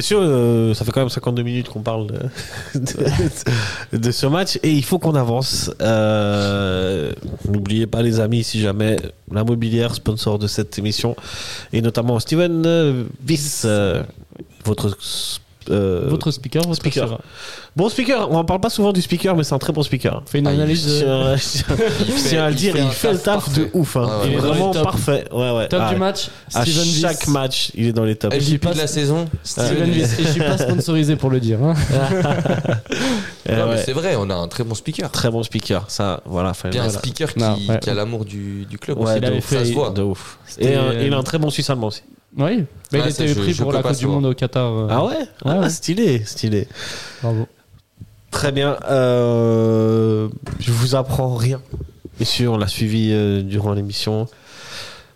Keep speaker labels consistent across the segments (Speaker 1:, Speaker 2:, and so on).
Speaker 1: Messieurs, euh, ça fait quand même 52 minutes qu'on parle de, de- de ce match et il faut qu'on avance. Euh, N'oubliez pas les amis, si jamais la mobilière, sponsor de cette émission, et notamment Steven euh, Viss, euh, votre, euh,
Speaker 2: Votre speaker, votre
Speaker 1: speaker.
Speaker 2: Sera.
Speaker 1: bon speaker. On en parle pas souvent du speaker, mais c'est un très bon speaker.
Speaker 2: Fait une
Speaker 1: Ah, il-
Speaker 2: analyse euh, de-
Speaker 1: je tiens- je tiens à le dire,
Speaker 3: fait
Speaker 1: il
Speaker 3: un
Speaker 1: fait le
Speaker 3: taf
Speaker 1: taf de
Speaker 3: parfait.
Speaker 1: ouf. hein.
Speaker 3: Ouais, ouais,
Speaker 1: Il est
Speaker 2: ouais.
Speaker 1: vraiment
Speaker 2: Dans les tops.
Speaker 1: parfait. Ouais, ouais.
Speaker 2: Top
Speaker 1: Ah,
Speaker 2: du match,
Speaker 1: À
Speaker 2: Steven Viss.
Speaker 1: chaque match, il est dans les tops.
Speaker 3: MVP
Speaker 2: passe-
Speaker 3: de la saison.
Speaker 1: Ah,
Speaker 2: Steven Viss. Et je suis pas sponsorisé pour le dire. hein.
Speaker 1: Eh
Speaker 3: Non, mais
Speaker 1: ouais.
Speaker 3: C'est vrai, on a un très bon speaker.
Speaker 1: Très bon speaker, ça, voilà. fallait-
Speaker 3: Bien un
Speaker 1: voilà.
Speaker 3: speaker qui,
Speaker 2: Non, ouais.
Speaker 3: qui a l'amour du, du club.
Speaker 1: Ouais,
Speaker 3: aussi.
Speaker 1: de
Speaker 3: Ça
Speaker 2: ouf.
Speaker 3: se
Speaker 2: fait-
Speaker 3: voit.
Speaker 1: de ouf.
Speaker 2: C'était,
Speaker 1: Et un-
Speaker 2: euh,
Speaker 1: il a un très bon Suisse allemand aussi.
Speaker 2: Oui, mais
Speaker 3: Ah,
Speaker 2: il
Speaker 3: ça,
Speaker 2: était
Speaker 3: je-
Speaker 2: pris
Speaker 3: je
Speaker 2: pour
Speaker 3: peux
Speaker 2: la
Speaker 3: pas
Speaker 2: Coupe du
Speaker 3: savoir.
Speaker 2: Monde au Qatar. euh,
Speaker 1: Ah ouais, Ah,
Speaker 2: ouais.
Speaker 1: Stylé, stylé.
Speaker 2: Bravo.
Speaker 1: Très bien. euh, je vous apprends rien. Messieurs, on l'a suivi euh, durant l'émission.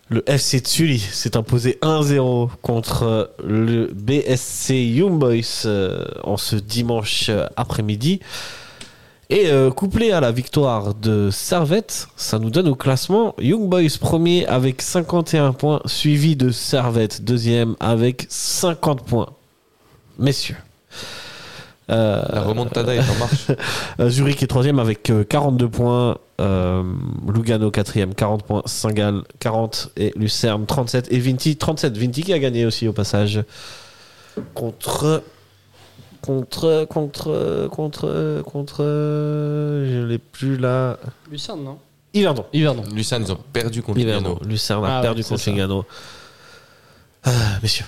Speaker 1: Le FC Tsuli s'est imposé 1-0 contre euh, le BSC Young Boys euh, en ce dimanche euh, après-midi. Et euh, couplé à la victoire de Servette, ça nous donne au classement Young Boys premier avec 51 points, suivi de Servette deuxième avec 50 points. Messieurs. Euh,
Speaker 3: La remontada est en marche.
Speaker 1: euh, Zurich est troisième avec euh, 42 points. Euh, Lugano quatrième, 40 points. Saint-Gall 40 et Lucerne 37 et Vinti 37. Vinti qui a gagné aussi au passage contre contre contre contre contre je l'ai plus là.
Speaker 2: Lucerne, non
Speaker 1: Yverdon.
Speaker 2: Yverdon.
Speaker 3: Lucerne, ils ont perdu contre
Speaker 1: Yverdon.
Speaker 3: Lugano.
Speaker 1: Lucerne a
Speaker 2: Ah ouais,
Speaker 1: perdu
Speaker 2: c'est
Speaker 1: contre
Speaker 2: ça.
Speaker 1: Lugano. Ah, messieurs,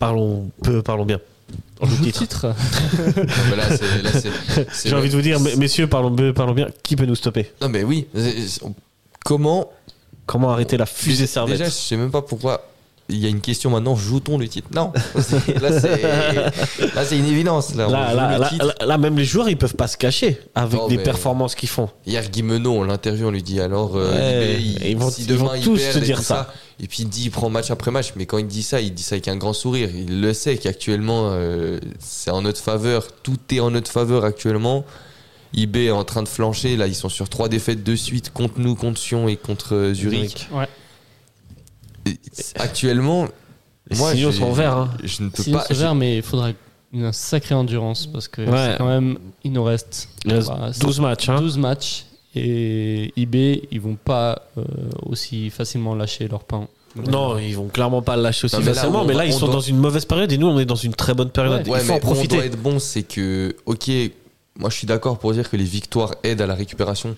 Speaker 1: parlons peu, parlons bien. En
Speaker 2: Le
Speaker 1: titre.
Speaker 2: titre
Speaker 3: Non, mais là, c'est- là, c'est- c'est
Speaker 1: J'ai
Speaker 3: le-
Speaker 1: envie de vous dire, mes- messieurs, parlons peu, parlons bien. Qui peut nous stopper
Speaker 3: Non, mais oui. c'est- c'est- Comment
Speaker 1: Comment arrêter la fusée Servette
Speaker 3: Déjà, je sais même pas pourquoi. Il y a une question maintenant, joue-t-on le titre Non, là c'est là, c'est une évidence. Là, on
Speaker 1: Là,
Speaker 3: joue
Speaker 1: là,
Speaker 3: le
Speaker 1: là,
Speaker 3: titre.
Speaker 1: là, là, même les joueurs, ils peuvent pas se cacher avec
Speaker 3: Non,
Speaker 1: les
Speaker 3: mais-
Speaker 1: performances qu'ils font.
Speaker 3: Hier, Guy Menon, on l'interview, on lui dit alors, euh,
Speaker 1: Ouais,
Speaker 3: il- il-
Speaker 1: ils vont-
Speaker 3: si
Speaker 1: ils
Speaker 3: demain
Speaker 1: vont
Speaker 3: il
Speaker 1: tous
Speaker 3: perd
Speaker 1: te
Speaker 3: et
Speaker 1: dire
Speaker 3: tout
Speaker 1: ça.
Speaker 3: Et puis il dit, il prend match après match, mais quand il dit ça, il dit ça avec un grand sourire. Il le sait qu'actuellement, euh, c'est en notre faveur, tout est en notre faveur actuellement. IB est en train de flancher, là, ils sont sur trois défaites de suite contre nous, contre Sion et contre euh, Zurich.
Speaker 2: Ouais.
Speaker 3: Et c'est- actuellement,
Speaker 1: Les
Speaker 3: moi,
Speaker 1: signaux
Speaker 3: je-
Speaker 1: sont verts. hein.
Speaker 3: je ne peux
Speaker 2: Sinon,
Speaker 3: pas.
Speaker 2: c'est vert, mais il faudra une sacrée endurance parce que
Speaker 1: Ouais.
Speaker 2: c'est quand même, il nous reste,
Speaker 3: Ah
Speaker 1: Il reste
Speaker 2: bah,
Speaker 1: 12 matchs. hein.
Speaker 2: 12 matchs et IB, ils vont pas euh, aussi facilement lâcher leur pain.
Speaker 1: Non, ils vont clairement pas le lâcher aussi
Speaker 3: Non, mais là,
Speaker 1: facilement.
Speaker 3: on
Speaker 1: mais là,
Speaker 3: doit-
Speaker 1: ils
Speaker 3: on
Speaker 1: sont
Speaker 3: doit-
Speaker 1: dans une mauvaise période et nous, on est dans une très bonne période.
Speaker 3: Ouais,
Speaker 1: il faut en
Speaker 3: mais où on doit
Speaker 1: profiter.
Speaker 3: être bon, c'est que, ok, moi je suis d'accord pour dire que les victoires aident à la récupération,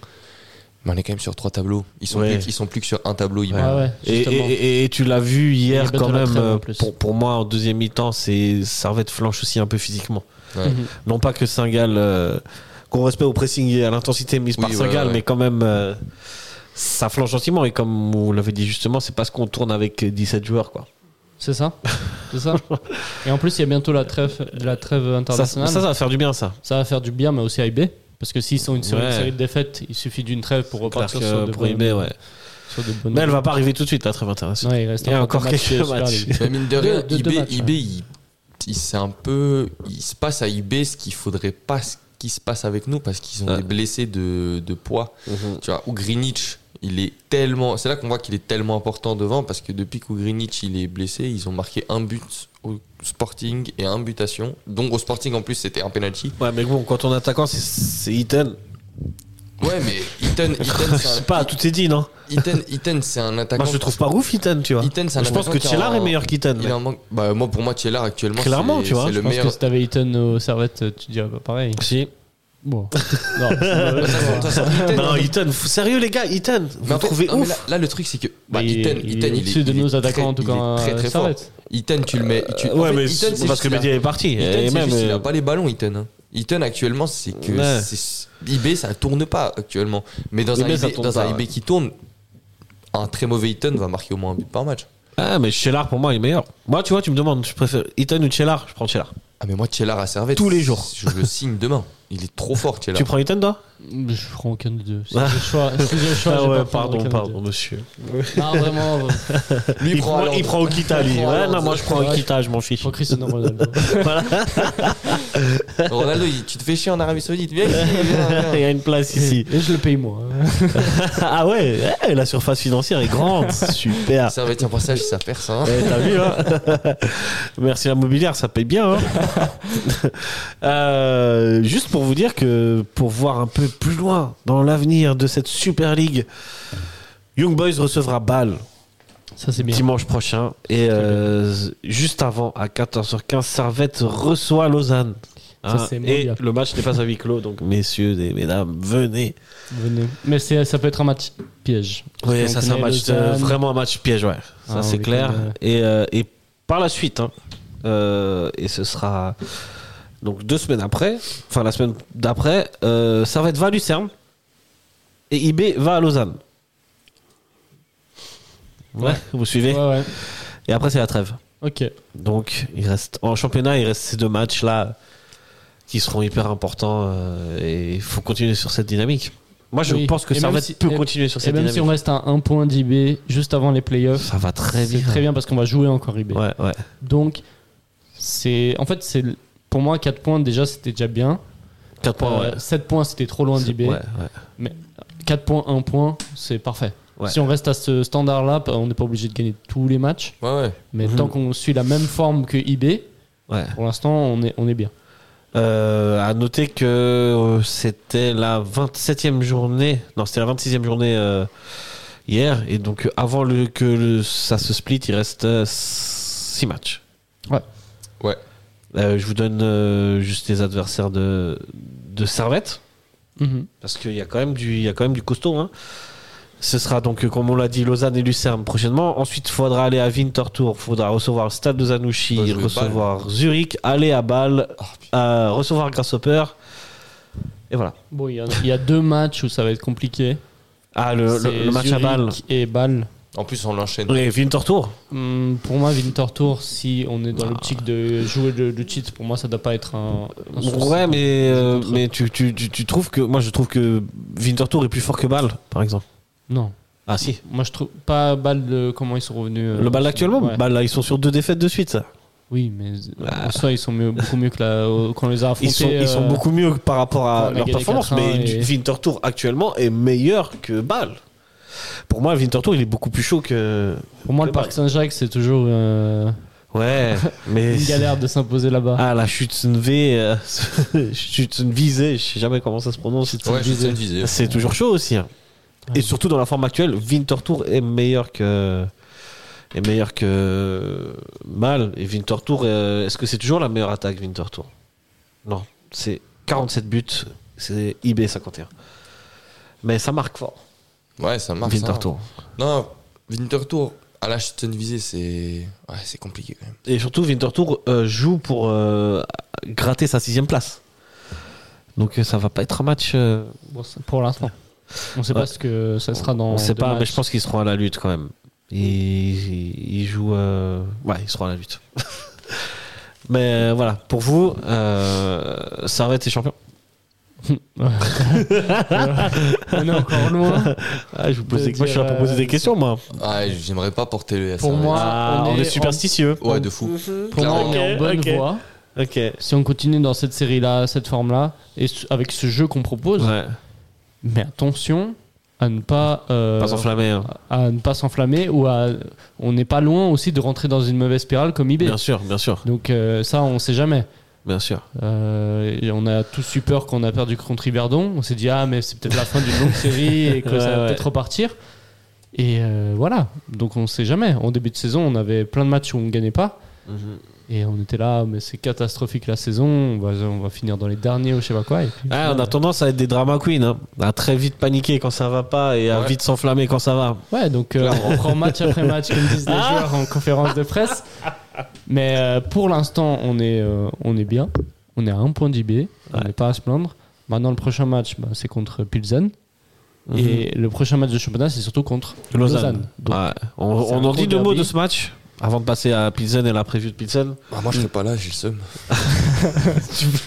Speaker 3: mais on est quand même sur trois tableaux. Ils sont,
Speaker 1: Ouais.
Speaker 3: plus, ils sont plus que sur un tableau. Ils
Speaker 2: Ah ouais,
Speaker 1: Et,
Speaker 2: justement.
Speaker 1: et- et- et tu l'as vu
Speaker 2: Il
Speaker 1: hier
Speaker 2: y a bien
Speaker 1: quand
Speaker 2: de la
Speaker 1: même.
Speaker 2: trêve, en
Speaker 1: euh,
Speaker 2: plus.
Speaker 1: Pour, pour moi, en deuxième mi-temps, c'est Servette flanche aussi un peu physiquement.
Speaker 3: Ouais.
Speaker 2: Mhm.
Speaker 1: Non pas que Saint-Gall, euh, qu'on respect au pressing et à l'intensité mise
Speaker 3: Oui,
Speaker 1: par
Speaker 3: ouais,
Speaker 1: Saint-Gall,
Speaker 3: ouais.
Speaker 1: mais quand même, euh, ça flanche gentiment. Et comme on l'avait dit justement, c'est parce qu'on tourne avec 17 joueurs. quoi.
Speaker 2: C'est ça, c'est ça. Et en plus, il y a bientôt la trêve, la trêve
Speaker 1: Ça,
Speaker 2: internationale.
Speaker 1: ça, ça va faire du bien, ça.
Speaker 2: Ça va faire du bien, mais aussi à IB. Parce que s'ils sont une série,
Speaker 1: Ouais.
Speaker 2: une série de défaites, il suffit d'une trêve pour
Speaker 1: Clair
Speaker 2: repartir
Speaker 1: que
Speaker 2: sur de,
Speaker 1: pour
Speaker 2: bonnes,
Speaker 1: IB, ouais.
Speaker 2: sur de bonnes
Speaker 1: Mais elle va pas arriver tout de suite, la trêve internationale.
Speaker 2: Ouais, il reste
Speaker 1: Il y a encore
Speaker 2: des matchs
Speaker 1: quelques
Speaker 2: de Super
Speaker 1: matchs.
Speaker 2: League.
Speaker 3: Mais mine de
Speaker 2: Deux-
Speaker 3: rien,
Speaker 2: deux-
Speaker 3: IB,
Speaker 2: deux matchs,
Speaker 3: IB, il, il- c'est un peu. Il se passe à IB ce qu'il faudrait pas ce qui se passe avec nous parce qu'ils ont
Speaker 1: Ouais.
Speaker 3: des blessés de, de poids.
Speaker 1: Mhm.
Speaker 3: Tu vois, ou Greenwich, il est tellement. C'est là qu'on voit qu'il est tellement important devant parce que depuis qu'Ou Greenwich il est blessé, ils ont marqué un but au Sporting et un but à Sion. Donc au Sporting en plus c'était un penalty.
Speaker 1: Ouais, mais bon, quand on est attaquant, c'est- c'est Iten.
Speaker 3: Ouais, mais Iten, Iten,
Speaker 1: Je
Speaker 3: c'est
Speaker 1: sais
Speaker 3: un,
Speaker 1: pas, tout est dit, non
Speaker 3: Iten, Iten, c'est un attaquant.
Speaker 1: Moi, je le trouve pas ouf, Iten, tu vois.
Speaker 3: Iten, c'est un
Speaker 1: je pense
Speaker 3: attaquant
Speaker 1: que
Speaker 3: qui a
Speaker 1: Tchellar
Speaker 3: un-
Speaker 1: est meilleur qu'Iten.
Speaker 3: Il en manque. Bah, moi, pour moi, Tchellar actuellement,
Speaker 1: Clairement,
Speaker 3: c'est-
Speaker 1: tu vois,
Speaker 3: c'est
Speaker 2: Je
Speaker 3: le
Speaker 2: pense
Speaker 3: meilleur.
Speaker 2: que si t'avais Eaton au Servette, tu dirais pas pareil.
Speaker 1: Si.
Speaker 2: Bon. Non, c'est pas-
Speaker 1: Non, Iten, f- sérieux, les gars, Iten, vous
Speaker 3: Mais en fait,
Speaker 1: trouvez
Speaker 3: non, mais
Speaker 1: ouf
Speaker 3: là, là, le truc, c'est que bah,
Speaker 2: il,
Speaker 3: Iten,
Speaker 2: il
Speaker 3: Iten,
Speaker 2: est
Speaker 3: il est,
Speaker 2: au-dessus de
Speaker 3: il est
Speaker 2: nos
Speaker 3: très-
Speaker 2: attaquants, en tout
Speaker 3: il
Speaker 2: cas.
Speaker 3: est très très
Speaker 2: euh,
Speaker 3: fort.
Speaker 2: Servette.
Speaker 3: Iten, tu le mets. Tu... en
Speaker 1: Ouais,
Speaker 3: fait,
Speaker 1: mais
Speaker 3: Iten,
Speaker 1: c'est
Speaker 3: c'est
Speaker 1: parce que
Speaker 3: juste
Speaker 1: Mehdi
Speaker 3: qu'il a-
Speaker 1: est parti.
Speaker 3: Iten,
Speaker 1: Et
Speaker 3: c'est
Speaker 1: même,
Speaker 3: juste qu'il a
Speaker 1: euh,
Speaker 3: pas les ballons, Iten. hein. Iten, actuellement, c'est que
Speaker 1: Ouais.
Speaker 3: c'est- IB, ça tourne pas actuellement. Mais dans
Speaker 1: IB,
Speaker 3: un
Speaker 1: ça
Speaker 3: IB,
Speaker 1: tourne
Speaker 3: dans un
Speaker 1: pas,
Speaker 3: IB
Speaker 1: ouais.
Speaker 3: qui tourne, un très mauvais Iten va marquer au moins un but par match.
Speaker 1: Ah, mais Tchellar, pour moi, il est meilleur. Moi, tu vois, tu me demandes, je préfère Iten ou Tchellar Je prends Tchellar.
Speaker 3: Ah mais moi Tchellar à Servette.
Speaker 1: Tous les jours.
Speaker 3: Je le signe demain. Il est trop fort, Tiella.
Speaker 1: Tu prends Iten, toi
Speaker 2: Je prends aucun des deux. Si
Speaker 1: Ah.
Speaker 2: j'ai le choix, si j'ai le choix,
Speaker 1: Ah
Speaker 2: je vais
Speaker 1: ouais,
Speaker 2: pas prendre
Speaker 1: pardon,
Speaker 2: aucun des
Speaker 1: pardon, monsieur.
Speaker 2: deux. Non, vraiment, euh,
Speaker 3: Lui,
Speaker 1: il, prend,
Speaker 3: Haaland.
Speaker 1: il prend Okita, lui.
Speaker 3: Il prend
Speaker 1: Ouais,
Speaker 3: Haaland.
Speaker 1: non, moi, je prends
Speaker 2: Ouais.
Speaker 1: Okita, je m'en fiche.
Speaker 2: pour Cristiano Ronaldo.
Speaker 1: Voilà.
Speaker 3: Ronaldo, il- tu te fais chier en Arabie Saoudite. Viens ici, viens, viens.
Speaker 1: Il y a une place ici.
Speaker 2: Et je le paye moi.
Speaker 1: Ah ouais, eh, la surface financière est grande. Super.
Speaker 3: Ça va, tiens, pour ça, je dis ça perce. hein.
Speaker 1: Eh, T'as vu, hein Merci la mobilière, ça paye bien. hein Euh, juste pour vous dire que pour voir un peu plus loin dans l'avenir de cette Super League, Young Boys recevra Bâle
Speaker 2: Ça, c'est bien.
Speaker 1: dimanche prochain. Et euh, juste avant, à 14h15, Servette reçoit Lausanne. Hein.
Speaker 2: Ça, c'est
Speaker 1: et
Speaker 2: mondial.
Speaker 1: le match n'est pas à huis clos, donc messieurs et mesdames, venez.
Speaker 2: Venez. Mais c'est- ça peut être un match piège. Parce
Speaker 1: Oui,
Speaker 2: qu'on
Speaker 1: ça c'est un
Speaker 2: connaît
Speaker 1: match,
Speaker 2: Lausanne.
Speaker 1: euh, vraiment un match piège, ouais. Ça
Speaker 2: Ah, on
Speaker 1: c'est
Speaker 2: les
Speaker 1: clair.
Speaker 2: connaît, ouais.
Speaker 1: Et, euh, et par la suite, hein, euh, et ce sera donc deux semaines après, enfin la semaine d'après, euh, Servette va à Lucerne et IB va à Lausanne. Ouais,
Speaker 2: Ouais.
Speaker 1: vous suivez
Speaker 2: Ouais, ouais.
Speaker 1: Et après c'est la trêve.
Speaker 2: Ok.
Speaker 1: Donc il reste en championnat, il reste ces deux matchs là qui seront hyper importants euh, et il faut continuer sur cette dynamique. Moi je
Speaker 2: Oui.
Speaker 1: pense que
Speaker 2: Et même
Speaker 1: Servette
Speaker 2: si-
Speaker 1: peut
Speaker 2: et-
Speaker 1: continuer sur
Speaker 2: Et
Speaker 1: cette
Speaker 2: même
Speaker 1: dynamique.
Speaker 2: si on reste à 1 point d'IB juste avant les playoffs,
Speaker 1: Ça va très
Speaker 2: c'est
Speaker 1: vite.
Speaker 2: très bien parce qu'on va jouer encore IB.
Speaker 1: Ouais, ouais.
Speaker 2: Donc, c'est en fait, c'est pour moi 4 points déjà, c'était déjà bien.
Speaker 1: 4 points, ouais.
Speaker 2: 7 points, c'était trop loin d'IB.
Speaker 1: Ouais, ouais.
Speaker 2: 4 points, 1 point, c'est parfait.
Speaker 1: Ouais.
Speaker 2: Si on reste à ce standard-là, bah, on n'est pas obligé de gagner tous les matchs.
Speaker 3: Ouais, ouais.
Speaker 2: Mais
Speaker 1: Mhm.
Speaker 2: tant qu'on suit la même forme que IB,
Speaker 1: ouais.
Speaker 2: pour l'instant, on est, on est bien.
Speaker 1: Euh, à noter que euh, c'était la 27e journée, non, c'était la 26e journée euh, hier, et donc euh, avant le, que le- ça se split, il reste 6 matchs.
Speaker 2: Ouais.
Speaker 3: Ouais.
Speaker 1: Euh, je vous donne euh, juste les adversaires de, de Servette,
Speaker 2: Mhm.
Speaker 1: parce qu'il y, a quand même du- il y a quand même du costaud. Hein. Ce sera donc, euh, comme on l'a dit, Lausanne et Lucerne prochainement. Ensuite, il faudra aller à Winterthur, il faudra recevoir le Stade de Zanouchi,
Speaker 3: Faut jouer
Speaker 1: recevoir Zurich, aller à Bâle,
Speaker 3: Oh,
Speaker 1: à recevoir Grasshopper. Et voilà.
Speaker 2: Bon, il y, a- il y a deux matchs où ça va être compliqué.
Speaker 1: Ah, le, le-
Speaker 2: C'est
Speaker 1: le match à
Speaker 2: Zurich
Speaker 1: Bâle.
Speaker 2: Et Bâle.
Speaker 3: En plus, on l'enchaîne.
Speaker 1: Et Winterthur
Speaker 2: Hum, pour moi, Winterthur, si on est dans
Speaker 1: Ah.
Speaker 2: l'optique de jouer le, le titre, pour moi, ça doit pas être un. un souci.
Speaker 1: Ouais, mais, euh,
Speaker 2: Contre-
Speaker 1: mais tu, tu, tu, tu trouves que. Moi, je trouve que Winterthur est plus fort que Bâle, par exemple.
Speaker 2: Non.
Speaker 1: Ah, si.
Speaker 2: Moi, je trouve pas Bâle de comment ils sont revenus. euh,
Speaker 1: Le Bâle actuellement
Speaker 2: ouais.
Speaker 1: Bâle, là, ils sont sur deux défaites de suite, ça.
Speaker 2: Oui, mais en soi, ils sont mieux- beaucoup mieux que la, euh, quand on les a affrontés.
Speaker 1: Bah. Ils sont, ils sont
Speaker 2: euh,
Speaker 1: beaucoup mieux que par rapport
Speaker 2: on
Speaker 1: à
Speaker 2: a
Speaker 1: leur
Speaker 2: gagné
Speaker 1: performance,
Speaker 2: 4-1
Speaker 1: mais
Speaker 2: et-
Speaker 1: Winterthur actuellement est meilleur que Bâle. Pour moi, Winterthur, il est beaucoup plus chaud que.
Speaker 2: Pour moi, le
Speaker 1: que Bâle.
Speaker 2: Parc Saint-Jacques, c'est toujours euh,
Speaker 1: Ouais, mais.
Speaker 2: une galère de s'imposer là-bas.
Speaker 1: Ah, la Schützenve, euh, Schützenwiese, je sais jamais comment ça se prononce.
Speaker 3: Ouais, je sais le viser.
Speaker 1: C'est toujours chaud aussi. hein.
Speaker 2: Ouais.
Speaker 1: Et surtout dans la forme actuelle, Winterthur est meilleur que est meilleur que Mal et Winterthur. euh, Est-ce que c'est toujours la meilleure attaque Winterthur Non, c'est 47 buts, c'est IB 51. Mais ça marque fort.
Speaker 3: Ouais, ça marche. ça.
Speaker 1: Winterthur.
Speaker 3: Non, Winterthur à la Chuten visée, c'est. Ouais, c'est compliqué quand même.
Speaker 1: Et surtout Winterthur euh, joue pour euh, gratter sa sixième place. Donc euh, ça va pas être un match. euh,
Speaker 2: Bon, c'est pour l'instant. On sait
Speaker 1: Ouais.
Speaker 2: pas ce que ça sera dans.
Speaker 1: On sait
Speaker 2: deux
Speaker 1: pas, mais
Speaker 2: matchs.
Speaker 1: je pense qu'ils seront à la lutte quand même. Ils, ils- ils jouent. euh, Ouais, ils seront à la lutte. mais euh, voilà, pour vous, euh, Servette est champion.
Speaker 2: On est encore loin.
Speaker 1: je vous
Speaker 2: pose des- moi, je suis là pour poser des
Speaker 1: questions, moi.
Speaker 3: Ah, j'aimerais pas porter le S.
Speaker 2: Pour moi,
Speaker 1: Ah, on, est,
Speaker 2: on est
Speaker 1: superstitieux.
Speaker 3: Ouais, de fou.
Speaker 2: Pour moi, on est en
Speaker 1: Mhm. Ok,
Speaker 2: bonne
Speaker 1: ok.
Speaker 2: voie.
Speaker 1: Ok. Ouais.
Speaker 2: Si on continue dans cette série-là, cette forme-là, et ce- avec ce jeu qu'on propose, mais attention à ne pas. euh,
Speaker 1: Pas s'enflammer. hein.
Speaker 2: à ne pas s'enflammer ou à on n'est pas loin aussi de rentrer dans une mauvaise spirale comme eBay.
Speaker 1: Bien sûr, bien sûr,
Speaker 2: Donc euh, ça on sait jamais.
Speaker 1: bien sûr.
Speaker 2: Euh, et on a tous eu peur qu'on a perdu contre Iberdon. On s'est dit ah mais c'est peut-être la fin d'une longue série et que
Speaker 1: Ouais,
Speaker 2: ça va
Speaker 1: ouais.
Speaker 2: peut-être repartir. Et euh, voilà. Donc on sait jamais. En début de saison on avait plein de matchs où on ne gagnait pas.
Speaker 1: Mhm.
Speaker 2: Et on était là, ah, mais c'est catastrophique la saison, on va, on va finir dans les derniers ou je sais pas quoi. Et puis,
Speaker 1: Ah, on a tendance à être des drama queens, hein. à très vite paniquer quand ça va pas et à
Speaker 3: Ouais.
Speaker 1: vite s'enflammer quand ça va.
Speaker 2: Ouais, donc euh, on prend match après match, comme disent les
Speaker 1: Ah.
Speaker 2: joueurs en conférence de presse. Mais euh, pour l'instant, on est, euh, on est bien. On est à un point d'IB. On
Speaker 1: Ouais.
Speaker 2: n'est pas à se plaindre. Maintenant, le prochain match, bah, c'est contre Pilsen. Et le prochain match de championnat, c'est surtout contre Lausanne.
Speaker 1: Mhm. Lausanne.
Speaker 2: Donc,
Speaker 1: Ouais. On,
Speaker 2: c'est
Speaker 1: on
Speaker 2: un
Speaker 1: en
Speaker 2: gros
Speaker 1: dit deux mots
Speaker 2: derby.
Speaker 1: de ce match Avant de passer à Pilsen et la preview de Pilsen.
Speaker 3: Bah, moi, je serais pas là, j'ai le seum.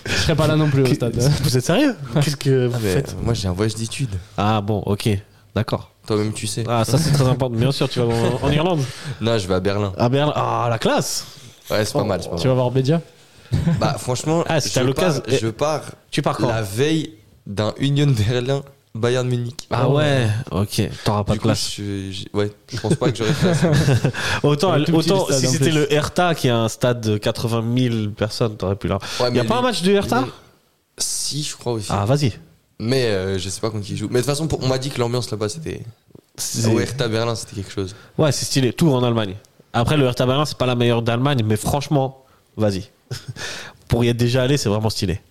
Speaker 2: Je serais pas là non plus au stade.
Speaker 1: Vous êtes sérieux Qu'est-ce que vous
Speaker 3: Ah, mais,
Speaker 1: faites
Speaker 3: moi, j'ai un voyage d'études.
Speaker 1: Ah bon, ok. D'accord.
Speaker 3: Toi-même, tu sais.
Speaker 1: Ah, ça c'est très important. Bien sûr, tu vas en, en Irlande.
Speaker 3: Non, je vais à Berlin.
Speaker 1: À Berlin. Ah, la classe
Speaker 3: Ouais, c'est pas mal. c'est pas
Speaker 2: Tu
Speaker 3: mal.
Speaker 2: vas voir Bedia
Speaker 3: Bah, franchement,
Speaker 1: Oh. Ah, si t'as
Speaker 3: je, pars,
Speaker 1: l'occasion-
Speaker 3: je pars
Speaker 1: Tu pars quand
Speaker 3: la veille d'un Union Berlin Bayern Munich.
Speaker 1: Ah ouais, ok. T'auras pas
Speaker 3: du
Speaker 1: de
Speaker 3: coup,
Speaker 1: place.
Speaker 3: je, je- ouais, je pense pas que j'aurai de place.
Speaker 1: Autant,
Speaker 2: Un tout petit
Speaker 1: autant
Speaker 2: stade
Speaker 1: si
Speaker 2: en
Speaker 1: c'était
Speaker 2: plus.
Speaker 1: le Hertha qui a un stade de 80 000 personnes, t'aurais pu là.
Speaker 3: Ouais,
Speaker 1: Il y a
Speaker 3: Ah, mais
Speaker 1: pas un
Speaker 3: les-
Speaker 1: match du Hertha
Speaker 3: les- Si, je crois aussi.
Speaker 1: Ah, vas-y.
Speaker 3: Mais euh, je sais pas contre qui ils jouent. Mais de toute façon, pour- on m'a dit que l'ambiance là-bas, c'était.
Speaker 1: C'est-
Speaker 3: Au Hertha Berlin, c'était quelque chose.
Speaker 1: Ouais, c'est stylé. Tout en Allemagne. Après, le Hertha Berlin, c'est pas la meilleure d'Allemagne, mais franchement, vas-y. Pour y être déjà allé, c'est vraiment stylé.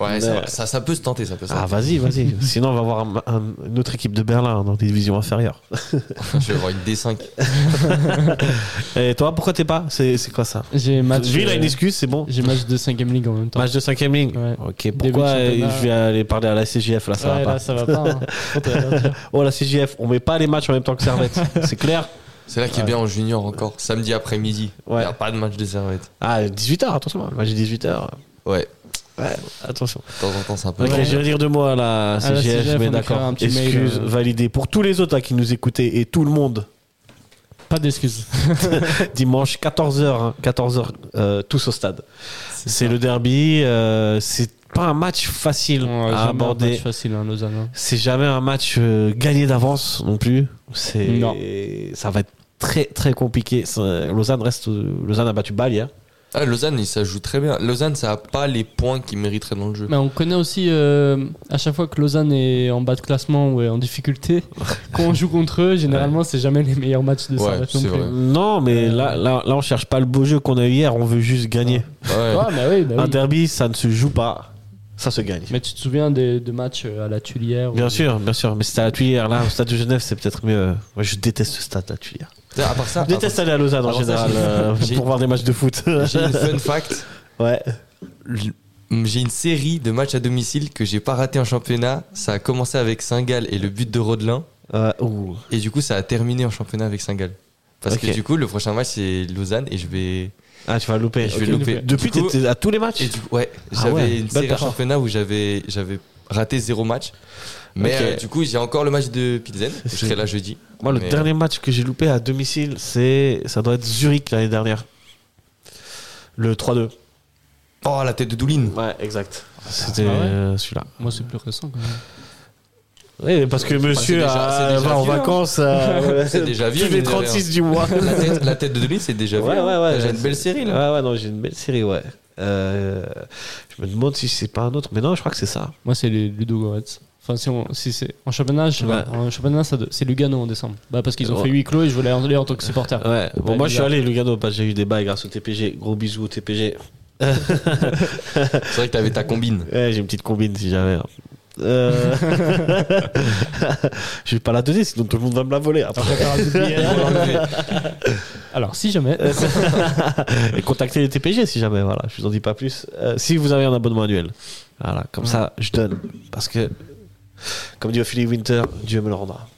Speaker 3: Ouais,
Speaker 1: Mais-
Speaker 3: ça, ça, ça peut se tenter, ça peut se
Speaker 1: Ah, vas-y,
Speaker 3: tenter.
Speaker 1: vas-y. Sinon, on va voir un- un- une autre équipe de Berlin dans des divisions inférieures. Ah, bah.
Speaker 3: je vais avoir une D5.
Speaker 1: Et toi, pourquoi t'es pas C'est c'est quoi ça
Speaker 2: J'ai match.
Speaker 1: Lui, il a une
Speaker 2: euh,
Speaker 1: excuse, c'est bon.
Speaker 2: J'ai match de 5 ligue en même temps.
Speaker 1: Match de 5ème ligne.
Speaker 2: Ouais.
Speaker 1: Ok,
Speaker 2: Début
Speaker 1: pourquoi
Speaker 2: de
Speaker 1: euh,
Speaker 2: championnat.
Speaker 1: je vais aller parler à la CGF là Ça
Speaker 2: ouais,
Speaker 1: va pas.
Speaker 2: là, ça va pas. hein. Faut te la dire.
Speaker 1: Oh, la CGF, on met pas les matchs en même temps que Servette. c'est clair
Speaker 3: C'est là qui est bien en junior encore. Samedi après-midi. Il
Speaker 1: Ouais.
Speaker 3: a pas de match de servette.
Speaker 1: Ah, 18h, attention. Moi, j'ai 18h.
Speaker 3: Ouais,
Speaker 1: Ouais, attention.
Speaker 3: de temps en temps, c'est un peu.
Speaker 1: Ok,
Speaker 2: Ouais.
Speaker 1: je vais dire deux mots à la
Speaker 2: À la
Speaker 1: CGF,
Speaker 2: CGF,
Speaker 1: mais
Speaker 2: on écrira
Speaker 1: d'accord.
Speaker 2: un petit mail,
Speaker 1: Excuse
Speaker 2: euh.
Speaker 1: validée. Pour tous les autres là, qui nous écoutaient et tout le monde,
Speaker 2: Pas d'excuses.
Speaker 1: dimanche hein, 14h, 14h, euh, tous au stade.
Speaker 2: C'est
Speaker 1: C'est le derby. euh, c'est pas un match facile
Speaker 2: Ouais,
Speaker 1: à
Speaker 2: jamais un
Speaker 1: aborder.
Speaker 2: match facile, hein, Lausanne. hein.
Speaker 1: C'est jamais un match euh, gagné d'avance non plus.
Speaker 2: Non.
Speaker 1: C'est ça va être très très compliqué. Ça- Lausanne reste euh, Lausanne a battu Bâle hier.
Speaker 3: Ah, Lausanne, ça joue très bien. Lausanne, ça a pas les points qu'il mériterait dans le jeu.
Speaker 2: Mais on connaît aussi, euh, à chaque fois que Lausanne est en bas de classement ou est en difficulté, quand on joue contre eux, généralement, c'est jamais les meilleurs matchs de
Speaker 3: Ouais,
Speaker 2: Servette non
Speaker 3: c'est
Speaker 2: plus.
Speaker 3: vrai.
Speaker 1: Non, mais là, là là on cherche pas le beau jeu qu'on a eu hier, on veut juste gagner.
Speaker 3: Ouais.
Speaker 2: Ouais, mais oui, bah oui.
Speaker 1: Un derby, ça ne se joue pas, ça se gagne.
Speaker 2: Mais tu te souviens des, de matchs euh, à la Tuilière
Speaker 1: Bien
Speaker 2: où-
Speaker 1: sûr, bien sûr, mais c'était à la Tuilière là, au stade de Genève, c'est peut-être mieux. Moi, je déteste ce stade à la Tuilière.
Speaker 3: Putain, À part ça, à
Speaker 1: Je déteste aller à Lausanne en
Speaker 3: Alors Ah, ça,
Speaker 1: général
Speaker 3: j'ai-
Speaker 1: euh,
Speaker 3: j'ai-
Speaker 1: pour voir des matchs de foot.
Speaker 3: part- j'ai une fun fact.
Speaker 1: ouais.
Speaker 3: L- Mm, J'ai une série de matchs à domicile que j'ai pas raté en championnat. Ça a commencé avec Saint-Gall et le but de Rodelin.
Speaker 1: Euh, ouh.
Speaker 3: Et du coup, ça a terminé en championnat avec Saint-Gall. Parce
Speaker 1: Ok.
Speaker 3: que du coup, le prochain match, c'est Lausanne et je vais.
Speaker 1: Ah, tu vas louper.
Speaker 3: Et je vais louper.
Speaker 1: ok. Depuis,
Speaker 3: Du coup-
Speaker 1: t'étais à tous les matchs.
Speaker 3: Et du coup, ouais,
Speaker 1: Ah
Speaker 3: j'avais
Speaker 1: ouais,
Speaker 3: une
Speaker 1: bonne
Speaker 3: série en
Speaker 1: perf.
Speaker 3: championnat où j'avais j'avais raté zéro match. Mais
Speaker 1: Ok.
Speaker 3: euh, du coup, j'ai encore le match de Pilsen. Je serai là jeudi.
Speaker 1: Moi, le
Speaker 3: Mais- euh,
Speaker 1: dernier match que j'ai loupé à domicile, c'est ça doit être Zurich l'année dernière. Le 3-2.
Speaker 3: Oh, la tête de Douline.
Speaker 1: Ouais, exact. C'était
Speaker 2: Ah ouais
Speaker 1: euh, celui-là.
Speaker 2: Moi, c'est plus récent quand même.
Speaker 1: Oui, parce que monsieur
Speaker 3: déjà-
Speaker 1: a-
Speaker 3: c'est déjà
Speaker 1: va en
Speaker 3: vieux, hein.
Speaker 1: vacances euh,
Speaker 3: C'est déjà vieux,
Speaker 1: tous les
Speaker 3: mine de rien.
Speaker 1: 36 du mois.
Speaker 3: La tête, la tête de Douline, c'est déjà
Speaker 1: Ouais,
Speaker 3: vu.
Speaker 1: ouais, ouais.
Speaker 3: J'ai une belle série là.
Speaker 1: Ouais, ouais, non, j'ai une belle série, ouais. Euh, je me demande si c'est pas un autre, mais non, je crois que c'est ça.
Speaker 2: Moi, c'est les Ludo Goretz. Enfin, si, on- si c'est en championnat, je sais
Speaker 1: Ouais.
Speaker 2: pas. En championnat, ça de- c'est Lugano en décembre. Bah, parce qu'ils ont
Speaker 1: Ouais.
Speaker 2: fait huis clos et je voulais aller en tant que supporter.
Speaker 1: Ouais, bon,
Speaker 3: bah,
Speaker 2: Ouais,
Speaker 1: moi je suis
Speaker 2: bizarre.
Speaker 1: allé, Lugano, parce que j'ai eu des bails grâce au TPG. Gros bisous au TPG.
Speaker 3: C'est vrai que t'avais ta combine.
Speaker 1: Ouais, j'ai une petite combine si jamais. hein. Euh, je vais pas la donner, sinon tout le monde va me la voler. Après.
Speaker 2: Après, par la doublière. Alors, si jamais.
Speaker 1: Euh, Et contactez les TPG si jamais, voilà, je vous en dis pas plus. Euh, si vous avez un abonnement annuel, voilà, comme ça je donne. Parce que, comme dit Ophélie Winter, Dieu me le rendra.